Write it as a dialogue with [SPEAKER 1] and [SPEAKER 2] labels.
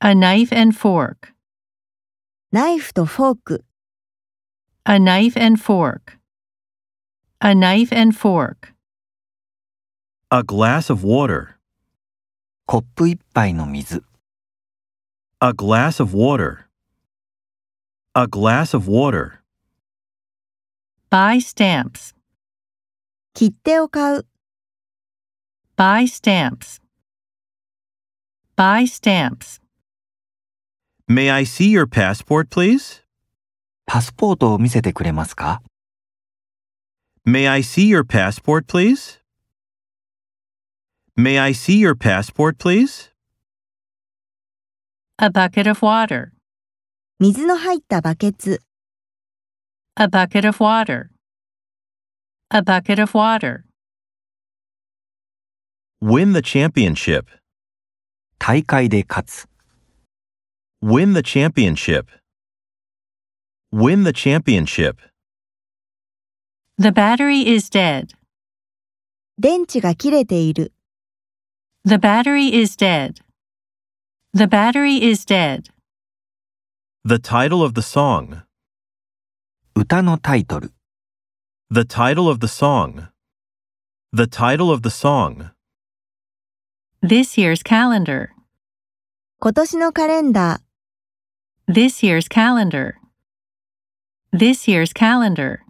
[SPEAKER 1] A knife and fork.
[SPEAKER 2] ナイフとフォーク、
[SPEAKER 1] A knife and fork. A knife and fork.
[SPEAKER 3] A glass of water.
[SPEAKER 4] コップ一杯の水、
[SPEAKER 3] A glass of water. A glass of water.
[SPEAKER 1] Buy stamps.
[SPEAKER 2] 切手を買う、
[SPEAKER 1] Buy stamps. Buy stamps.
[SPEAKER 3] May I see your passport, please?
[SPEAKER 4] パスポートを見せてくれますか
[SPEAKER 3] May I see your passport, please? May I see your passport, please?
[SPEAKER 1] A bucket of water.
[SPEAKER 2] 水の入ったバケツ、
[SPEAKER 1] A bucket of water. A bucket of water.
[SPEAKER 3] Win the championship.
[SPEAKER 4] 大会で勝つ、
[SPEAKER 3] Win the championship. Win the championship.
[SPEAKER 1] The battery is dead.
[SPEAKER 2] 電池が切れている、
[SPEAKER 1] The battery is dead. The battery is dead.
[SPEAKER 3] The title of the song.
[SPEAKER 4] 歌のタイトル、
[SPEAKER 3] The title of the song. The title of the song.
[SPEAKER 1] This year's calendar.
[SPEAKER 2] 今年のカレンダー、
[SPEAKER 1] This year's calendar. This year's calendar.